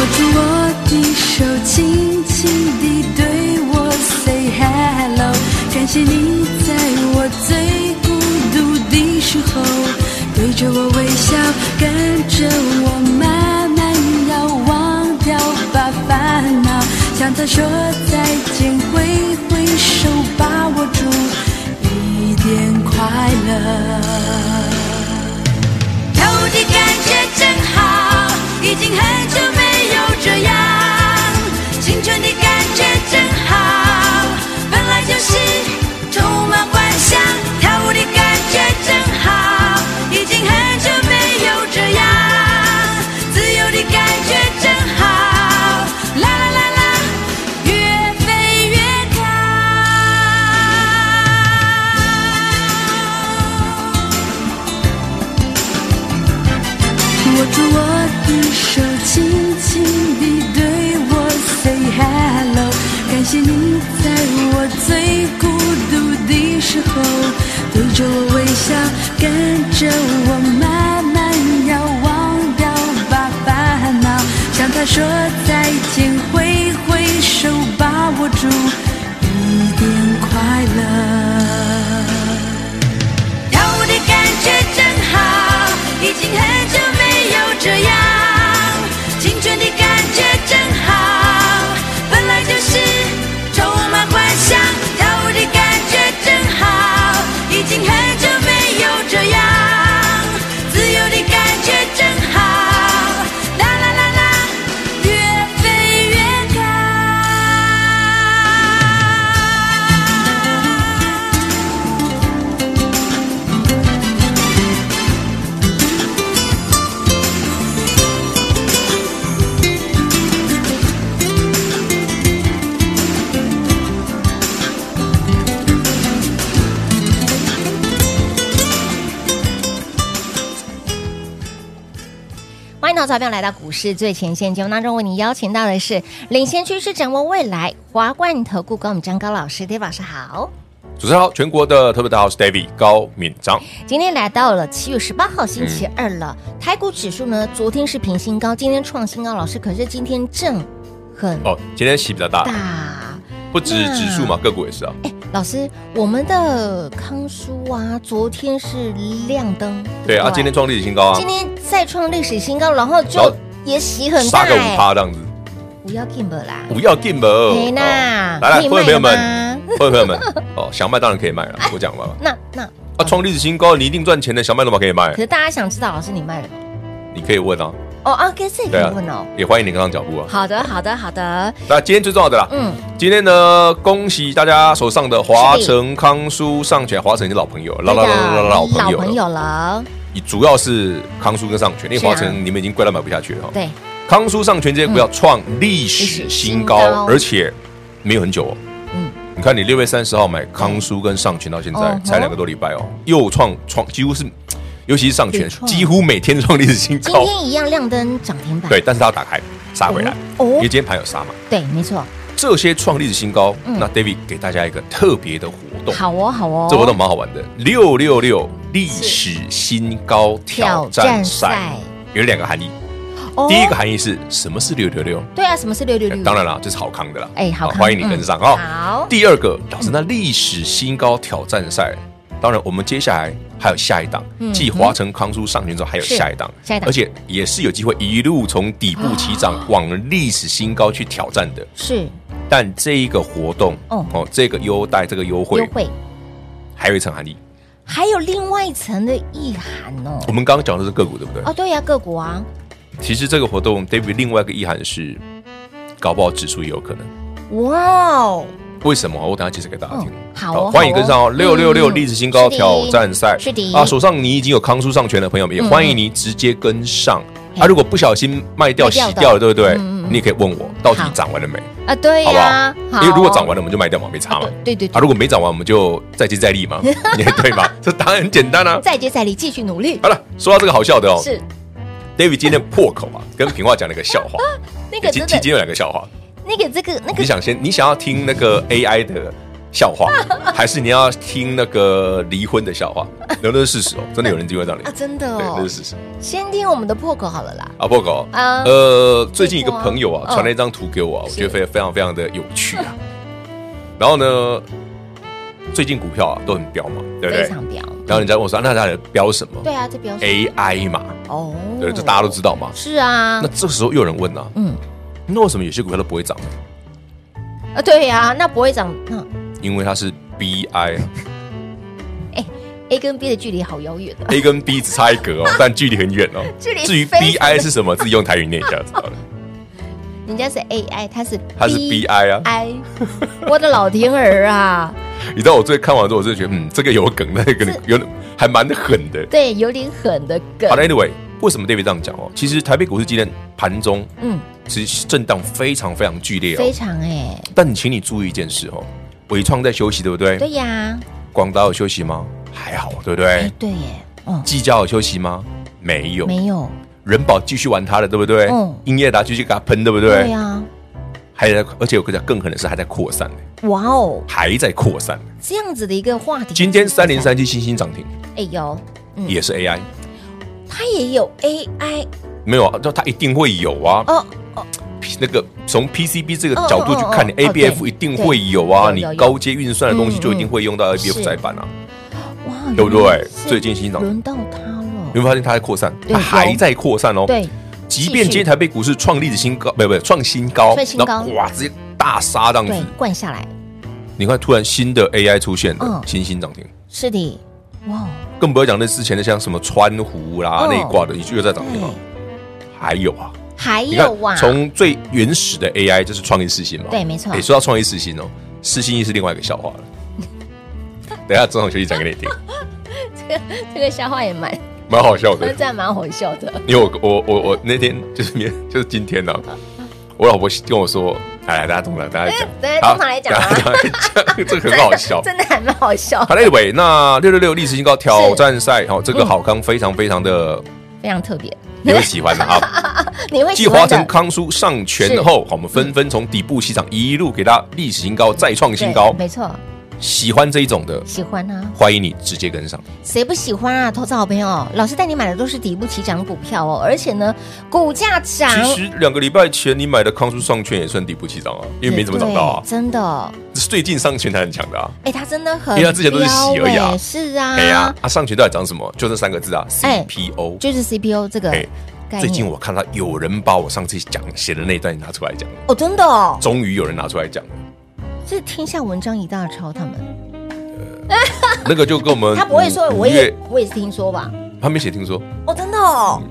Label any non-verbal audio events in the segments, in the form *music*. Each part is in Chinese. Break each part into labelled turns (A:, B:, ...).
A: 握住我的手，轻轻地对我 say hello，感谢你在我最孤独的时候对着我微笑，跟着我慢慢要忘掉把烦恼，向他说再见，挥挥手把握住一点快乐。有的感觉真好，已经很久没有这样。青春的感觉真好，本来就是充满幻想。跳舞的感觉真好，已经很久没有这样。自由的感觉真好，啦啦啦啦，越飞越高。握住我的手，轻轻地对我 say hello，感谢你在我最孤独的时候对着我微笑，跟着我慢慢要忘掉把烦恼，向他说再见，挥挥手，把握住一点快乐。跳舞的感觉真好，已经很久没有这样。青春的感觉真好，本来就是充满幻想。跳舞的感觉真好，已经很久没有这样。自由的感觉真好，啦啦啦啦，越飞越高。
B: 欢迎投资者朋友来到股市最前线节目当中，为您邀请到的是领先趋势、掌握未来华冠投顾高敏章高老师，David 老师好。
C: 主持人好，全国的特别大号是 David 高敏章，
B: 今天来到了七月十八号星期二了，台股指数呢，昨天是平新高，今天创新高，老师可是今天震很
C: 哦，今天洗比较大，
B: 哎大。
C: 不止指数嘛，个股也是啊，
B: 哎、老师，我们的康舒啊，昨天是亮灯，
C: 对啊，
B: 不
C: 今天创历史新高啊
B: 今，天再创历史新高，然后
C: 然
B: 就
C: 后
B: 也洗很大、
C: 杀个五
B: 哎，
C: 趴这样子，
B: 不要 g i m b 啦，
C: 不要进门哦，
B: 嘿
C: 来
B: 呐可
C: 来，
B: 以
C: 各位朋友
B: 卖
C: 们
B: 了吗，
C: 各位朋友们， *laughs* 哦，想卖当然可以卖了，我讲了嘛，
B: *laughs* 那那
C: 啊，创历史新高，你一定赚钱的，想卖的嘛可以卖
B: 可，是大家想知道老师你卖了吗？
C: 你可以问啊，
B: 哦啊，跟这
C: 对
B: 个
C: 啊
B: 问哦。，
C: 也欢迎你跟上脚步啊。
B: 好的，好的，好的，
C: 那今天最重要的啦，
B: 嗯，
C: 今天呢，恭喜大家手上的华晨康舒上全，华晨已经老朋友了，老老
B: 这
C: 老
B: 个
C: 老老朋友
B: 老
C: 了
B: 朋，友了，
C: 主要是康舒跟上全，因为
B: 是啊
C: 华晨你们已经贵到买不下去了哈。
B: 对，
C: 康舒上全这些股要创历史新高，
B: 历史新高
C: 而且没有很久哦。
B: 嗯
C: 你看你六月三十号买康舒跟上全到现在
B: 哦
C: 才两个多礼拜哦，又创创几乎是，尤其是上全
B: 屡创
C: 几乎每天创历史新
B: 今
C: 高。
B: 天一样亮灯涨停板，
C: 对，但是它要打开杀回来，
B: 哦
C: 因为今天盘有杀嘛。
B: 对，没错，
C: 这些创历史新高，
B: 嗯
C: 那 David 给大家一个特别的活动，
B: 好哦，好哦，
C: 这活动蛮好玩的，六六六历史新高挑
B: 挑
C: 战赛
B: 战赛有
C: 有两个含义。
B: 哦
C: 第一个含义是什么是六六六？
B: 对啊，什么是六六六？
C: 当然啦，这是好康的啦，啊
B: 哎好康
C: 欢迎你跟上
B: 嗯
C: 哦。
B: 好
C: 第二个，老师，那历史新高挑战赛，当然我们接下来还有下一档
B: 嗯，
C: 继华城康舒上群之后还有
B: 是
C: 下一档，
B: 下一档哦
C: 而且也是有机会一路从底部起涨往历史新高去挑战的。
B: 是
C: 但这一个活动，
B: 哦
C: 哦，这个优待，这个优
B: 优
C: 惠，
B: 惠，
C: 还有一层含义。
B: 还有另外一层的意涵哦
C: 我。们刚刚讲的是个股，对不对？
B: 哦，对呀、个股啊，
C: 其实这个活动，David 另外一个意涵是，搞不好指数也有可能。
B: 哇哦，
C: 为什么？我等一下解释给大家听。
B: 嗯好哦
C: 欢迎跟上
B: 好哦
C: 哦，六六六
B: 嗯
C: 历史新高
B: 是的
C: 挑战赛，
B: 是的
C: 啊，手上你已经有康叔上权的朋友们，也
B: 嗯
C: 欢迎你直接跟上。
B: 嘿
C: 啊，如果不小心卖掉、
B: 卖掉
C: 洗
B: 的
C: 掉了，对不对
B: 嗯嗯嗯？
C: 你也可以问我到底
B: 好
C: 涨完了没，
B: 啊，对
C: 好不
B: 呀，
C: 好？因
B: 好哦
C: 为如果涨完了，我们就卖掉嘛，没差嘛。
B: 对对
C: 啊，
B: 对，
C: 如果没涨完，我们就再接再厉
B: *laughs*
C: 嘛，也对吧？这答案很简单啊。
B: 再接再厉，继续努力
C: 好，了，说到这个好笑的哦
B: 是
C: ，David 今天破口啊，跟平话讲了一个笑
B: *laughs*
C: 话，
B: 那个
C: 今
B: 真
C: 今天
B: 的，
C: 有两个笑话。
B: 那个这个那
C: 你
B: 个
C: 想先，你想要听那个 AI 的笑话，
B: *laughs*
C: 还是你要听那个离婚的笑话？那都是事实哦，真的有人机会让你
B: 啊，，真的
C: 对，
B: 哦
C: 那是，事实。
B: 先听我们的破口好了啦，
C: 啊，报告
B: 啊
C: 呃，最近一个朋友啊
B: 嗯
C: 传了一张图给我啊，我
B: 是
C: 觉得非非常非常的有趣啊。然后呢，最近股票啊都很飙嘛，对不
B: 非
C: 对？
B: 常彪，
C: 然后人家问我说，那它飙什么
B: 对啊，这标是
C: ？AI 嘛，
B: 哦，
C: 对，这大家都知道嘛。
B: 是啊
C: 那，这时候又有人问啊，
B: 嗯
C: 那为什么有些股票都不会涨呢？
B: 啊，对呀，那不会涨，那
C: 因为它是 BI 啊。
B: A 跟 B 的距离好遥远的，啊
C: A 跟 B 只差一格
B: *laughs*
C: 哦，但距离很远哦。
B: 距离
C: 至于
B: 非常
C: BI 是什么，自己用台语念一下知
B: *laughs*
C: 道了。
B: 人家是 AI，他是
C: 它是 BI 啊，
B: I，我 *laughs* 的老天儿啊！
C: 你知道我最看完之后，我就觉得嗯，这个有梗，那个有点还蛮狠的。
B: 对，有点狠的梗
C: 好。的，Anyway，为什么 David 这样讲哦？其实台北股市今天盘中
B: 嗯，
C: 其实震荡非常非常剧烈
B: 非
C: 哦，
B: 常哎、
C: 但请你注意一件事哦，伟创在休息，对不对？
B: 对呀，
C: 广达有休息吗？还好，对不
B: 哎对
C: 对？
B: 耶，嗯，
C: 技嘉有休息吗？没有。
B: 没有，
C: 人保继续玩它的，对不对
B: 嗯？
C: 英业达继续给它喷，对不
B: 对啊
C: 对？
B: 呀，
C: 还在，而且我跟你讲，更狠的是还在扩散呢。
B: 哇哦，
C: 还在扩散。
B: 这样子的一个话题，
C: 今天三零，三七星星涨停，
B: 哎呦，嗯
C: 也是 AI，
B: 它也有 AI
C: 没有啊？就它一定会有啊。
B: 哦，
C: 那个从 PCB 这个角度去看，你
B: 哦哦哦哦
C: ABF
B: 对
C: 一定会有啊。
B: 对
C: 你
B: 有有有
C: 高阶运算的东西就一定会用到
B: 是
C: ABF 载板啊，
B: 哇，
C: 对不
B: 原来
C: 对
B: 是？
C: 最近星星涨停，
B: 轮到它了
C: 你会，发现它在扩散，
B: 对
C: 它还在扩散哦。
B: 对，
C: 即
B: 继
C: 便
B: 续
C: 今天台北股市创历史新高，不不创新高
B: 创，新高
C: 然后哇，直接大杀这样
B: 对
C: 子。，
B: 灌下来，
C: 你看，突然新的 AI 出现
B: 嗯
C: 了，星星涨停。
B: 是的，哇哦，
C: 更不要讲那之前的像什么川湖啦
B: 哦
C: 那一挂的，你就又在涨停了
B: 对。，
C: 还有啊，
B: 还
C: 你看
B: 有啊，，
C: 从最原始的 AI 就是创意四星嘛。
B: 对没错
C: 诶说到创意四星哦，四星又是另外一个
B: *laughs*
C: 笑话了。等一下中场休息讲给你听，
B: 这个笑话也蛮，
C: 蛮好笑的
B: *laughs* 真。的蛮好笑的，
C: 因为我我我我那天就是明就是今天呢、我老婆跟我说，来来，大家中场，大家讲，
B: 对中场来讲啊
C: 好大家
B: *laughs*
C: 讲，这个很好笑。
B: 真的还蛮好笑，
C: 好嘞，喂，那六六六历史新高挑战赛，好，
B: 嗯
C: 这个好康非常非常的
B: 非常特别，
C: 你会喜欢
B: *laughs*
C: 的啊。
B: 你会
C: 继
B: 喜
C: 华
B: 欢
C: 城
B: 的，
C: 康叔上权后，好我们纷纷从底部起涨，一路给它历史新高，再创新
B: 对
C: 高。
B: 没错，
C: 喜欢这一种的，
B: 喜欢啊。
C: 欢迎你直接跟上。
B: 谁不喜欢啊？投资好朋友，老师带你买的都是底部起涨股票哦，而且呢，股价涨，
C: 其实两个礼拜前你买的康叔上权也算底部起涨啊，因为没怎么涨到啊
B: 对，真的哦，
C: 最近上权才很强的啊。
B: 哎，它真的很，
C: 因为它之前都是洗而已啊
B: 是啊，
C: 哎呀，啊上权到底涨什么？就这三个字啊
B: 哎
C: ，CPO。
B: 就是 CPU 这个
C: 哎
B: 概念，
C: 最近我看到有人把我上次讲写的那一段拿出来讲，
B: 哦，真的哦，
C: 终于有人拿出来讲了。
B: 是天下文章一大抄他
C: 嗯
B: 们，
C: 那个就跟我
B: *laughs*
C: 们
B: 他不会说
C: 五五
B: 我也
C: 月
B: 我也是听说吧，
C: 他没写，听说
B: 哦，真的哦，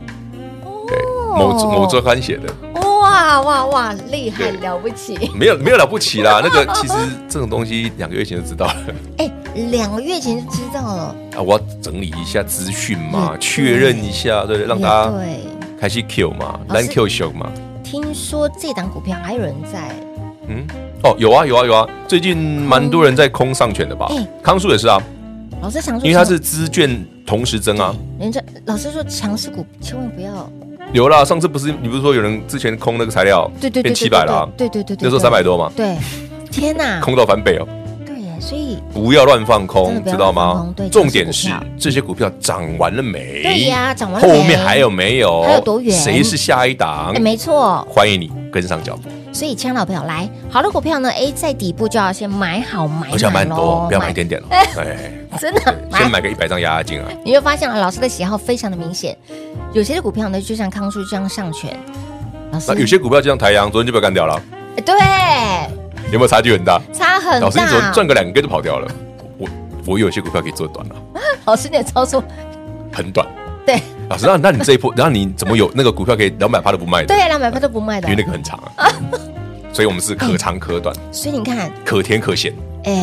C: 对某某周刊写的。
B: 哇哇哇，厉害
C: 对
B: 了不起，
C: 没有没有了不起啦，那个其实这种东西两个月前就知道了 *laughs*
B: 哎，两个月前就知道了，
C: 啊，我要整理一下资讯嘛，
B: 也对
C: 确认一下，对不对？让
B: 也
C: 大家
B: 嗯对。
C: 开始 Q 嘛，
B: 老
C: 难
B: 师
C: Q 熊嘛，
B: 听说这档股票还有人在，
C: 嗯，哦，有啊有啊有啊，最近蛮多人在空上权的吧
B: 哎？
C: 康叔也是啊，
B: 老师想说，
C: 因为他是资券同时增啊，
B: 人家老师说强势股千万不要，
C: 有啦，上次不是你不是说有人之前空那个材料，
B: 嗯对对对，
C: 变七百了啊，
B: 对对对对，
C: 那时候三百，多嘛，
B: 对，天哪，
C: 空到翻倍哦，
B: 对耶，所以
C: 不要乱放
B: 真的
C: 空，
B: 不要
C: 知道
B: 乱放
C: 吗
B: 空对？
C: 重点是
B: 这些股票
C: 这些股票涨完了没？
B: 对呀涨完了没
C: 后面还有没有？
B: 还有多远
C: 谁是下一档
B: 哎，？没错，
C: 欢迎你跟上脚步，
B: 所以亲爱的朋友来，好的股票呢，哎，在底部就要先买好买
C: 而且要买
B: 满
C: 很多，
B: 喽，
C: 不要买一点点了。哎，
B: 买，真的
C: 先
B: 买。
C: 买个一百张压压惊啊！
B: 你会发现啊，老师的喜好非常的明显，有些的股票呢，就像康叔这样上权，老师
C: 那有些股票就像台阳，昨天就被我干掉了，
B: 哎对
C: 有没有差距很大？
B: 差很
C: 老师，你昨天
B: 大，
C: 赚个两根就跑掉了。我我有些股票可以做短了，
B: 老师你的操作
C: 很短。
B: 对
C: 老师，那
B: 啊
C: 那你这一波，然后你怎么有那个股票可以两百趴都不卖的？
B: 对，两百块都不卖的
C: 因为，那个很长啊。所以我们是可长可短，
B: 所以你看，
C: 可甜可咸。
B: 哎，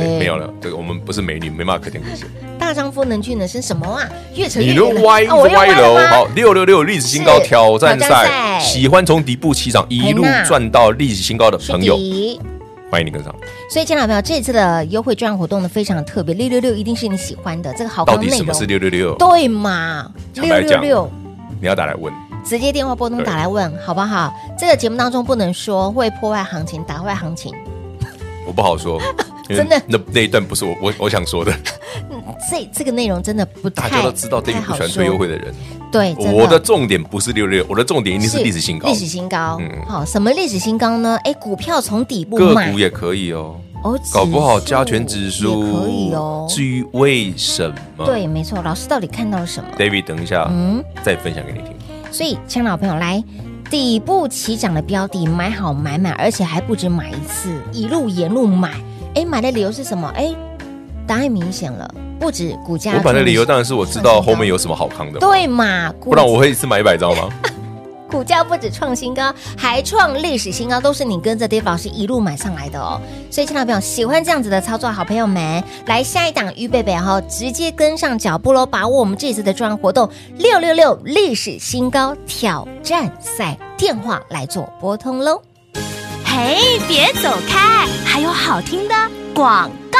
C: 对，没有了，对我们不是美女，没办法可甜可咸。
B: 大丈夫能屈能伸什么啊？越扯
C: 你
B: 越
C: 都
B: 远了
C: 歪
B: 啊我又
C: 歪楼，
B: 吗
C: 好，六六六历史新高
B: 是
C: 挑战
B: 挑战赛
C: 赛，喜欢从底部起涨一路
B: 哎那
C: 赚到历史新高的
B: 是
C: 朋友，
B: 的
C: 欢迎你跟上。
B: 所以，亲爱的朋友，这次的优惠券活动呢非常特别，六六六一定是你喜欢的这个好
C: 到
B: 康
C: 底
B: 内
C: 什么
B: 容
C: 是，六六六？
B: 对嘛？
C: 坦
B: 六
C: 白
B: 六
C: 讲
B: 六，
C: 你要打来问。
B: 直接电话拨通打来问好不好？这个节目当中不能说会破坏行情、打坏行情，
C: 我不好说，因为
B: 真的
C: 那那一段不是我我我想说的，
B: 这这个内容真的不太
C: 大家都知道这个不喜欢推优，惠的
B: 太
C: 人。
B: 好说对，真
C: 我的重点不是六六，我的重点一定是历史新高
B: 历，史新高。
C: 嗯
B: 好，什么历史新高呢？哎，股票从底部
C: 个
B: 买
C: 股，也可以哦，
B: 哦
C: 搞不好
B: 指数
C: 加权指
B: 也
C: 数
B: 可以哦。
C: 至于为什么，
B: 对，没错，老师到底看到了什么？
C: ，David 等一下
B: 嗯，
C: 再分享给你听。
B: 所以，亲爱的老朋友，来底部起涨的标的买好买满，而且还不止买一次，一路沿路买。哎，买的理由是什么？哎，答案明显了，不止股价。
C: 我买的理由当然是我知道后面有什么好康的嘛，
B: 对嘛，股
C: 不然我会一次买一百张吗？
B: 股价不止创新高，还创历史新高，都是你跟着 Dave 老师一路买上来的哦。所以，亲爱的朋友，喜欢这样子的操作的好朋友们，来下一档预备备哈、直接跟上脚步喽，把握我们这次的专案活动六六六历史新高挑战赛，电话来做拨通喽。
D: 嘿，别走开，还有好听的广告。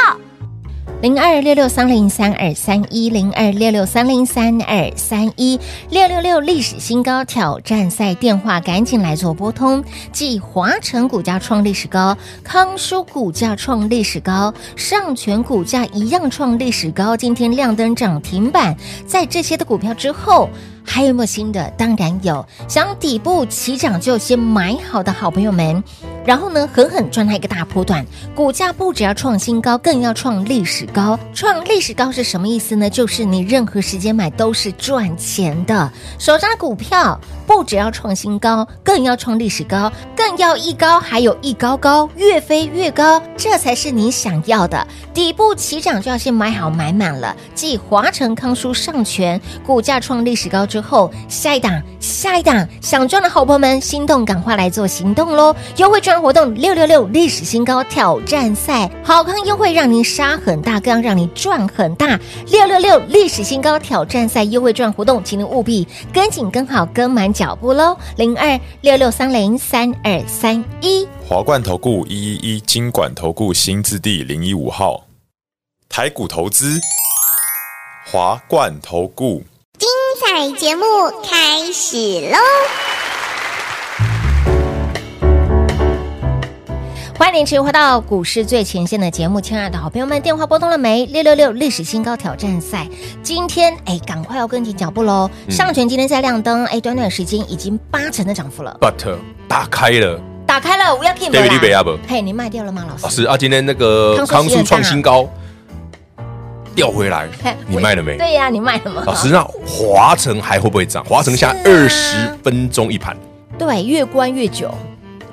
B: 零二六六三零三二三一零二六六三零三二三一六六六历史新高挑战赛电话，赶紧来做拨通。继华晨股价创历史高，康舒股价创历史高，上全股价一样创历史高，今天亮灯涨停板。在这些的股票之后，还有没有新的？当然有，想底部起涨就先买好的好朋友们，然后呢，狠狠赚它一个大波段。股价不只要创新高，更要创历史高。创历史高是什么意思呢？就是你任何时间买都是赚钱的。手上的股票不只要创新高，更要创历史高，更要一高，还有一高高，越飞越高，这才是你想要的。底部起涨就要先买好买满了。继华晨康舒上权股价创历史高之后，下一档下一档想赚的好朋友们，心动赶快来做行动喽！优惠券活动六六六历史新高挑战赛，好康优惠让您杀很大，更要让你赚很大。六六六历史新高挑战赛优惠券活动，请您务必跟紧跟好跟满脚步喽！零二六六三零三二三一。
E: *laughs* 华冠投顾一一一金管投顾新字第零一五号，台股投资，华冠投顾。
F: 彩节目开始喽！
B: 欢迎持续回到股市最前线的节目，亲爱的好朋友们，电话拨通了没？六六六历史新高挑战赛，今天哎，赶快要跟紧脚步喽！
C: 嗯
B: 上权今天在亮灯，哎，短短时间已经八成的涨幅了，
C: But 打开了，
B: 打开了，我要 keep
C: David 你不要不
B: 嘿，你卖掉了吗，老师？
C: 老师啊，今天那个
B: 康
C: 康
B: 舒
C: 舒
B: 创
C: 创
B: 新
C: 新高，调回来
B: 嘿，哎
C: 你
B: 我
C: 卖了没？
B: 对呀、你卖了吗？
C: 老师，那华晨还会不会涨？华晨下二
B: 是
C: 十
B: 啊
C: 分钟一盘，
B: 对，越关越久，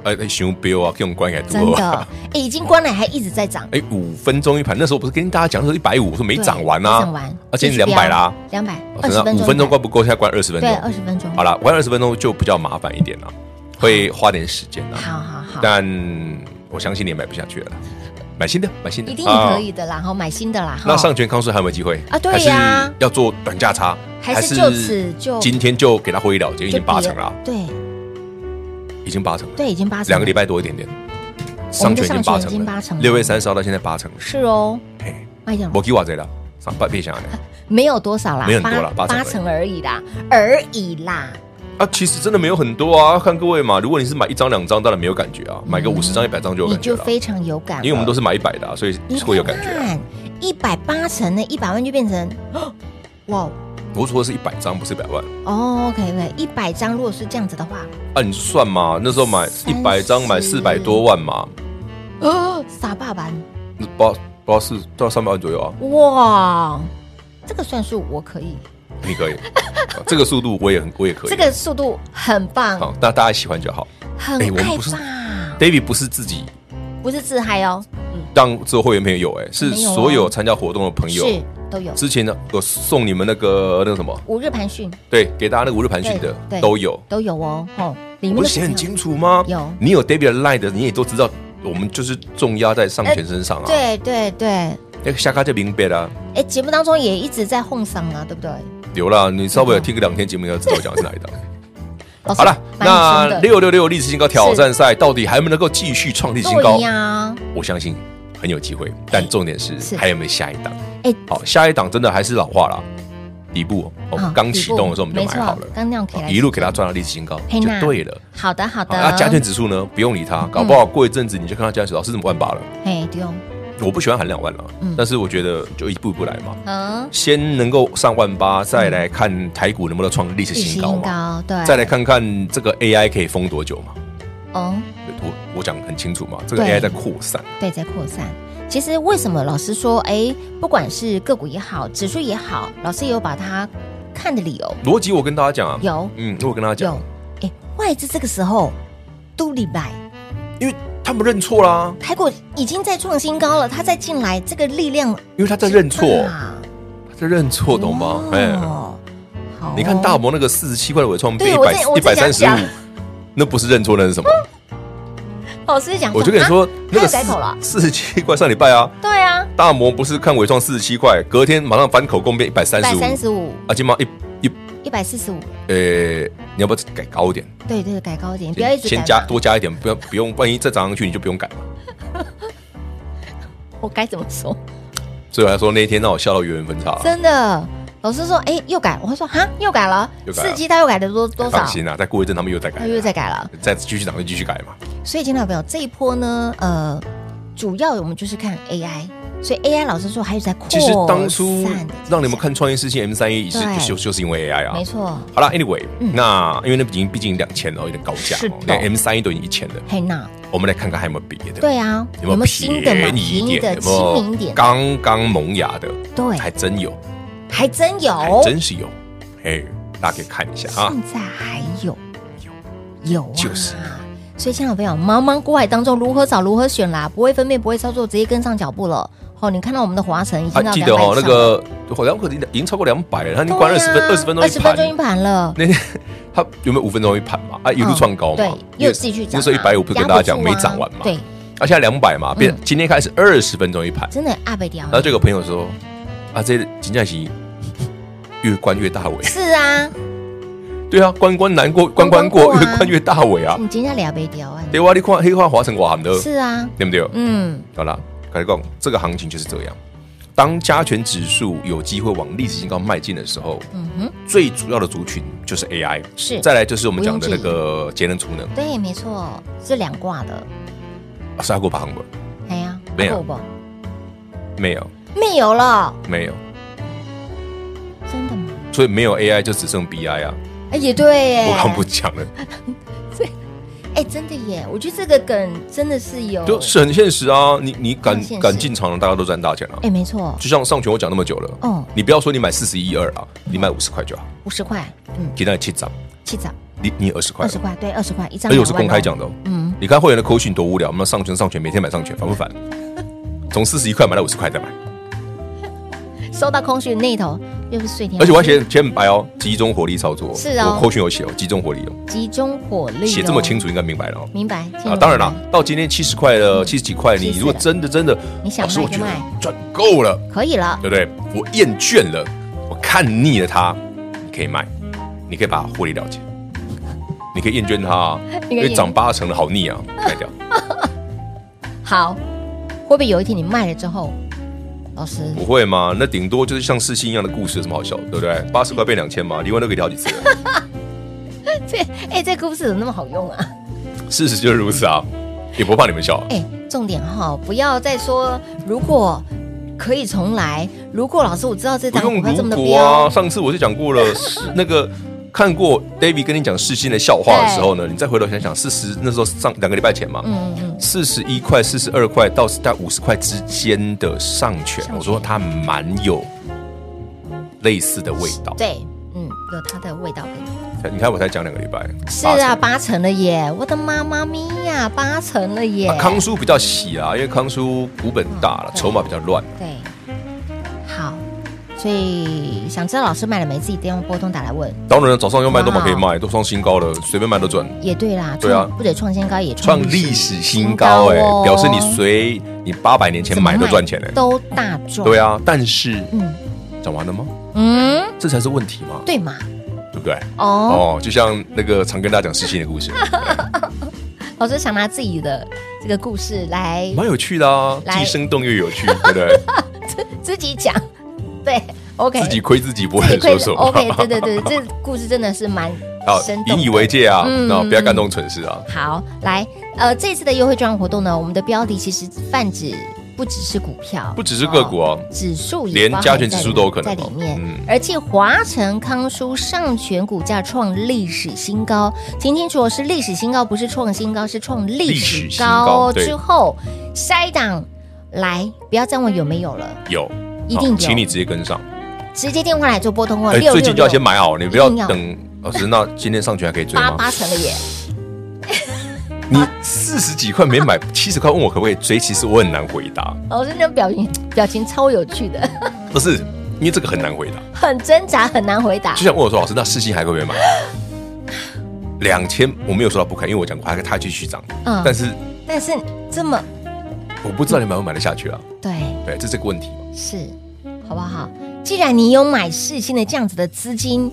C: 哎，哎熊标啊，给我们关起来
B: 真
C: 多
B: 的，
C: 啊
B: 哎。，已经关了还一直在涨，
C: 哎，五分钟一盘，那时候我不是跟大家讲说一百五，我说没
B: 对
C: 涨完
B: 没
C: 啊，
B: 涨完，
C: 啊，今
B: 继
C: 天
B: 续
C: 两百
B: 飙
C: 啦。，哦
B: 两百
C: 老
B: 二
C: 师
B: 十
C: 那
B: 分钟，
C: 啊五分钟关不够，现在关二十分
B: 对，
C: 钟。
B: 二十分钟，
C: 好，了，关二十分钟就比较麻烦一点了，会花点时间啦。
B: 好好好。
C: 但我相信你也买不下去了啦，买新的，买新的，
B: 一定可以
C: 啊。
B: 的啦，哈、买新的啦，
C: 那
B: 哈
C: 上权康顺还有没有机会
B: 啊对呀
C: 还是要做短价差，
B: 还是就此就
C: 今天就给他挥了结，已经八成了啊，
B: 对
C: 已经八成了，
B: 对，已经八成了，
C: 两个礼拜多一点点，
B: 我们
C: 上
B: 的
C: 权已经八
B: 上权已经
C: 成
B: 八成了
C: 了，六月三十号到现在八成了，
B: 是哦，
C: 嘿，
B: 卖掉了
C: 我给我这了，上半别想了。
B: 没有多少啦，
C: 没有很多啦
B: 八
C: 八成而
B: 成而已
C: 已
B: 啦，而已啦，
C: 啊，其实真的没有很多啊，看各位嘛。如果你是买一张两张，当然没有感觉啊，买个五十张一百张就有
B: 你
C: 感觉
B: 就
C: 了啊。
B: 非嗯常有感了，
C: 因为我们都是买一百的、啊，所以
B: 你
C: 会有感觉、啊。
B: 看一百八成呢，一百万就变成 *gasps* 哇
C: 我说的是一百张，不是一百万
B: 哦，OK OK，一百张如果是这样子的话， *gasps*
C: 啊，你算嘛？那时候买一
B: 30
C: 百张买四百多万嘛，
B: 哦，傻爸爸，
C: 那八八四到三百万左右啊，
B: 哇，这个算术我可以，
C: 你可以。 *laughs* 啊这个速度我也很我也可以。
B: 这个速度很棒，
C: 好，那大家喜欢就好。
B: 很
C: 哎我们
B: 爱
C: 不是
B: 吧，
C: David 不是自己
B: 不是自嗨哦，
C: 让做会员朋友有、哎，是
B: 没有哦
C: 所有参加活动的朋友。
B: 是都有。
C: 之前呢，我送你们那个那个什么，
B: 五日盘讯
C: 对，给大家那个五日盘讯
B: 对
C: 的
B: 对
C: 都有。
B: 都有哦，吼，里
C: 我
B: 面的
C: 写很
B: 股票
C: 清楚吗？
B: 有
C: 你有 David 的 line 的，你也都知道，我们就是重压在上权身上啊。，
B: 对对对，
C: 那下课就明白啦。
B: 哎，节目当中也一直在哄上啊，对不对？
C: 有啦，你稍微有听个两天节目，应该知道我讲的是哪一档。
B: 老师
C: 好了，
B: 哦蛮有
C: 那
B: 心的
C: 六六六历史新高挑战赛到底还能不能够继续创历史新高
B: 对？呀，
C: 我相信很有机会，但重点是
B: 是
C: 还有没有下一档？
B: 哎，
C: 好，下一档真的还是老话啦，底部哦
B: 啊，
C: 刚启动的时候我们就
B: 没
C: 买
B: 错
C: 好了，哦
B: 刚那样可以来
C: 一路啊给它赚到历史新高
B: 嘿
C: 就
B: 那
C: 对了。
B: 好的好
C: 好那
B: 的，
C: 加权指数呢，不用理它，搞不好过一阵子你就看到加权指数老师怎么万八了。
B: 哎对哦，
C: 我不喜欢喊两万了
B: 嗯，
C: 但是我觉得就一步一步来嘛，
B: 嗯，
C: 先能够上万八，再来看台股能不能创历史
B: 历史
C: 新高
B: 新
C: 嘛，
B: 高，对，
C: 再来看看这个 AI 可以封多久嘛。
B: 哦，
C: 我我讲得很清楚嘛，这个
B: 对
C: AI 在扩散，
B: 对，在扩散。其实为什么老师说，哎，不管是个股也好，指数也好，老师也有把它看的理由，
C: 逻辑我跟大家讲啊，
B: 有
C: 嗯，我有跟大家讲
B: 有，，哎，外资这个时候都礼拜。
C: 因为他们认错啦，
B: 台股已经在创新高了，它再进来，这个力量
C: 因为他在认错，
B: 啊，
C: 他在认错，懂吗？
B: 哇
C: 哎，
B: 好哦
C: 你看大摩那个四十七块的尾创被
B: 对
C: 一
B: 我
C: 百
B: 正我
C: 一百
B: 正
C: 三
B: 想
C: 十五
B: 讲，
C: 那不是认错，那是
B: *laughs*
C: 什么？
B: 老师讲，
C: 我就跟你
B: 啊，
C: 说，那
B: *laughs*
C: 个
B: 他又改口了
C: 四十七块上礼拜啊，
B: 对啊，
C: 大摩不是看伟创四十七块，隔天马上反口供变一百
B: 一
C: 三
B: 百
C: 十五，
B: 三十五，
C: 啊，金毛一一
B: 一百四十五，
C: 呃，你要不要改高一点？
B: 对对，改高一点，不要一直改
C: 先
B: 嘛
C: 加，多加一点，不要不用，万一再涨上去你就不用改了。
B: 我该怎么说？
C: 所以我还说那一天让我笑到原人分叉，
B: 真的，老师说，哎，又改，我说哈，又改了，
C: 又改了哎
B: 四季他又改的多多少
C: 放？心啦，再过一阵他们又在改
B: 他
C: 了，
B: 又在改了，
C: 再继续涨就继续改嘛。
B: 所以，听众朋友，这一波呢，呃，主要我们就是看 AI，所以 AI 老师说还有在扩
C: 其
B: 散
C: 实
B: 的迹象。
C: 当初让你们看创业事件 M 三一是
B: 对
C: 就就是因为 AI 啊
B: 没。错，
C: 好了，Anyway，
B: 嗯
C: 那因为那已经毕竟两千了，有点高价
B: 是
C: 哦
B: 的，
C: 那 M 三一都已经一千了，
B: 嘿娜，
C: 我们来看看还有没有别的。
B: 对啊，
C: 有没有
B: 新的嘛？
C: 便宜
B: 便
C: 一
B: 宜的、
C: 点？
B: 亲
C: 有
B: 民一
C: 没有
B: 点？
C: 刚刚萌芽的？
B: 对哦
C: 还真有，
B: 还真有，
C: 还真是有。嘿，大家可以看一下啊。
B: 现在还有，有啊，
C: 就是
B: 所以，亲爱的朋友，茫茫股海当中，如何找，如何选啦？不会分辨，不会操作，直接跟上脚步了。哦，你看到我们的华晨已
C: 还
B: 经到
C: 记得哦，那
B: 200以上了啊
C: 个好像可能已经超过两百了，他已经关二十分二十分钟
B: 二
C: 一
B: 十分钟一。
C: 盘
B: 盘了。
C: 那天 *laughs* 他有没有五分钟一盘嘛？啊，一路创
B: 哦
C: 高嘛。
B: 对，
C: 因为
B: 又自己去涨嘛。啊
C: 那时候一百五不是跟大家讲
B: 压不住
C: 没
B: 啊
C: 涨完嘛？
B: 对，嗯
C: 啊，现在两百嘛，变今天开始二十分钟一盘。
B: 真的阿北掉
C: 然。后就有个朋友说，啊，这金价期越关越大尾。 *laughs*
B: 是啊，
C: 对啊，关关难过，关关过，
B: 关关
C: 越
B: 过啊
C: 关越大尾啊。呃
B: 你今天阿北掉啊。
C: 对哇，你看黑化华成我行的，
B: 是啊，
C: 对不对？
B: 嗯，
C: 好啦，跟你讲，这个行情就是这样。当加权指数有机会往历史新高迈进的时候，
B: 嗯哼，
C: 最主要的族群就是 AI，
B: 是
C: 再来就是我们讲
B: 不
C: 的那
B: 用质疑
C: 个节能储能，
B: 对，没错，是两挂的。
C: 啊杀过行不？
B: 哎呀，
C: 没有
B: 够不？
C: 没有，
B: 没有了，
C: 没有，
B: 真的吗？
C: 所以没有 AI 就只剩 BI 啊！
B: 哎，也对耶。
C: 我刚不讲了，
B: 哎，真的耶，我觉得这个梗真的是有。
C: 就是很现实啊！你你敢
B: 哦很现实
C: 敢进场，大家都赚大钱啊！
B: 哎，没错，
C: 就像上权我讲那么久了，
B: 哦
C: 你不要说你买四十一二啊，你买五十块就好，
B: 五十块，嗯，
C: 给那七涨，
B: 七张，
C: 你你二十块
B: 二，
C: 啊
B: 十块，对，二十块一张。
C: 而且我是公开
B: 两万哦
C: 讲的哦。
B: 嗯，
C: 你看会员的口讯多无聊，我们上权上权，每天买上权，烦不烦？从四十一块买到五十块再买，
B: 嗯收到空讯那一头又是碎天，
C: 而且我还写写很白哦，集中火力操作。
B: 是哦
C: 我口讯有写哦，集中火力哦，
B: 集中火力，嗯
C: 写这么清
B: 楚，
C: 楚应该明白了哦。
B: 明白？
C: 啊，当然啦
B: 清楚，
C: 到今天七十块了，七十几块，
B: 74
C: 你如果真的真的，
B: 嗯你想
C: 老师
B: 卖
C: 我觉
B: 就
C: 得
B: 卖
C: 赚够了，
B: 明白，可以了，
C: 对不对？我厌倦了，我看腻了它，你可以卖，你可以把它获利了结，你可以厌倦它啊，
B: *laughs* 你可以
C: 因为涨八成了好腻
B: *laughs*
C: 啊，卖掉。
B: 好，会不会有一天你卖了之后，老师 *laughs*
C: 不会嘛？那顶多就是像世新一样的故事，有什么好笑的，对不对？八十块变两千嘛，离婚都可以调
B: *laughs*
C: 几次了，
B: 这哎、这故事怎么那么好用啊？
C: 事实就是如此啊，也不怕你们笑。
B: 哎、重点哈，不要再说如果可以重来，如果老师我知道这
C: 不
B: 张
C: 用
B: 股票这么
C: 如
B: 的
C: 果
B: 标，
C: 啊，上次我就
B: *laughs*
C: 讲过了，是那个看过 David 跟你讲世新的笑话的时候呢，你再回头想想，四十那时候上两个礼拜前嘛，
B: 嗯嗯，
C: 四十一块、四十二块到在五十块之间的上权，
B: 上权
C: 我说它蛮有类似的味道。
B: 对，嗯，有它的味道可以。
C: 你看我才讲两个礼拜，
B: 是
C: 八
B: 啊，
C: 成。
B: 八成了耶！我的妈妈咪呀、八成了耶！
C: 啊康叔比较喜啊，因为康叔股本大了，
B: 嗯
C: 筹码比较乱。
B: 对，好，所以想知道老师买了没，自己电话拨通打来问。
C: 当然了早上要卖都马
B: 哇
C: 可以卖，都创新高了，随便卖都赚，
B: 也对啦，
C: 对啊
B: 创不止创新高，也
C: 创历史新高哎、
B: 哦
C: 表示你随你八百年前买都赚钱哎、
B: 都大赚。
C: 对，啊，但是
B: 嗯
C: 涨完了吗？
B: 嗯，
C: 这才是问题嘛，
B: 对嘛，
C: 对不对？
B: 哦，
C: 哦，就像那个常跟大家讲事情的
B: *laughs*
C: 故事，
B: 老师想拿自己的这个故事来
C: 蛮有趣的啊，
B: 来
C: 既生动又
B: *laughs*
C: 有趣，对不对？
B: 自己讲， *laughs* 对，OK，
C: 自己亏自己不
B: 自己
C: 会
B: 亏
C: 说
B: 的
C: 什么。
B: OK，对对对，这故事真的是蛮
C: *laughs* 好
B: 生，动
C: 引
B: 的
C: 以为戒啊，
B: 嗯
C: 那不要
B: 嗯
C: 干这种蠢事啊。
B: 好，来，呃，这次的优惠券活动呢，我们的标的其实泛指不只是股票，
C: 不只是个股哦
B: 指数也
C: 连
B: 包含
C: 加权
B: 在
C: 指数
B: 里
C: 都有可能
B: 在里
C: 哦
B: 面。
C: 嗯
B: 而且华晨康舒上权股价创历史新高，听清楚哦，是历史新高，不是创新高，是创历
C: 历
B: 史
C: 史新
B: 高
C: 高对
B: 之后筛档来，不要再问有没有了，
C: 有，
B: 一定
C: 好
B: 有
C: 请你直接跟上。
B: 直接电话来做拨通哦，
C: 哎，
B: 六
C: 最
B: 六
C: 近就要先
B: 六
C: 买好，你不要
B: 一定要
C: 等。老师，那今天上去还可以追
B: *laughs* 八
C: 吗？
B: 八成了耶，
C: 你四十几块没买，七十块问我可不可以追，其实我很难回答，
B: 老师那种表情表情超有趣的， *laughs*
C: 不是因为这个很难回答。
B: 很挣扎，很难回答
C: 就。像问我说，老师，那世信还可不可
B: *gasps*
C: 以买？两千，我没有说它不可以，因为我讲过它它继续涨，
B: 嗯
C: 但是
B: 但是这么
C: 我不知道你买不买得下去啊。
B: 对。
C: 对，这是个问题嘛。
B: 是，好不好？既然你有买世新的这样子的资金，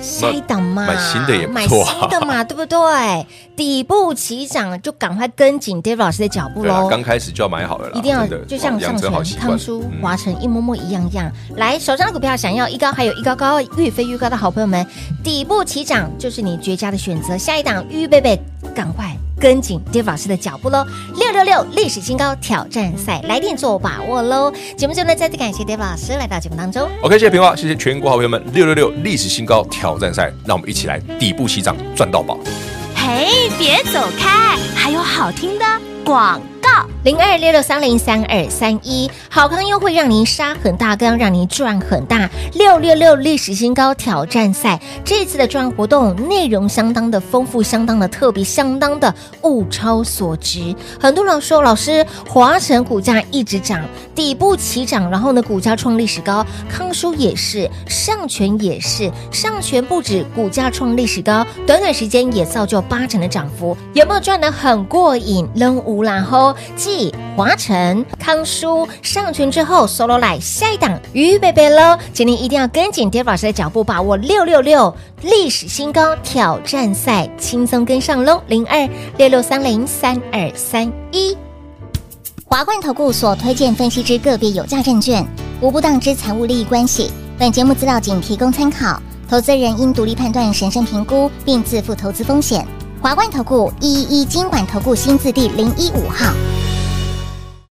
B: 筛档嘛，
C: 买新的也不
B: 买
C: 错啊
B: 新的嘛，对不对？底部起涨就赶快跟紧 Dave 老师的脚步
C: 对啊，
B: 喽。
C: 刚开始就要买好了啦，
B: 一定要
C: 真的
B: 就像
C: 哇养
B: 上
C: 成好
B: 泉、
C: 习惯
B: 康。舒、
C: 嗯
B: 华晨一摸摸一样样，来手上的股票想要一高还有一高高，越飞越高的好朋友们，底部起涨就是你绝佳的选择。下一档预备备，赶快跟紧 Dave 老师的脚步喽！六六六历史新高挑战赛，来电做把握喽！节目最后呢，再次感谢 Dave 老师来到节目当中。
C: OK，谢谢平花，谢谢全国好朋友们，六六六历史新高挑战赛，让我们一起来底部起涨赚到宝。
D: 嘿，别走开，还有好听的广告。
B: 零二六六三零三二三一，好康优惠让您杀很大更让您赚很大。六六六历史新高挑战赛，这次的赚活动内容相当的丰富，相当的特别，相当的物超所值。很多人说，老师，华晨股价一直涨，底部起涨，然后呢，股价创历史高，康舒也是，上权也是，上权不止股价创历史高，短短时间也造就八成的涨幅，有没有赚得很过瘾？扔无然后，继华晨、康舒上权之后，solo 来下一档鱼贝贝喽，请您一定要跟紧 Dave 老师的脚步，把握六六六历史新高挑战赛，轻松跟上喽，零二六六三零三二三一。
F: 华冠投顾所推荐分析之个别有价证券，无不当之财务利益关系。本节目资料仅提供参考，投资人应独立判断、审慎评估，并自负投资风险。华冠投顾一一一金管投顾新字第零一五号。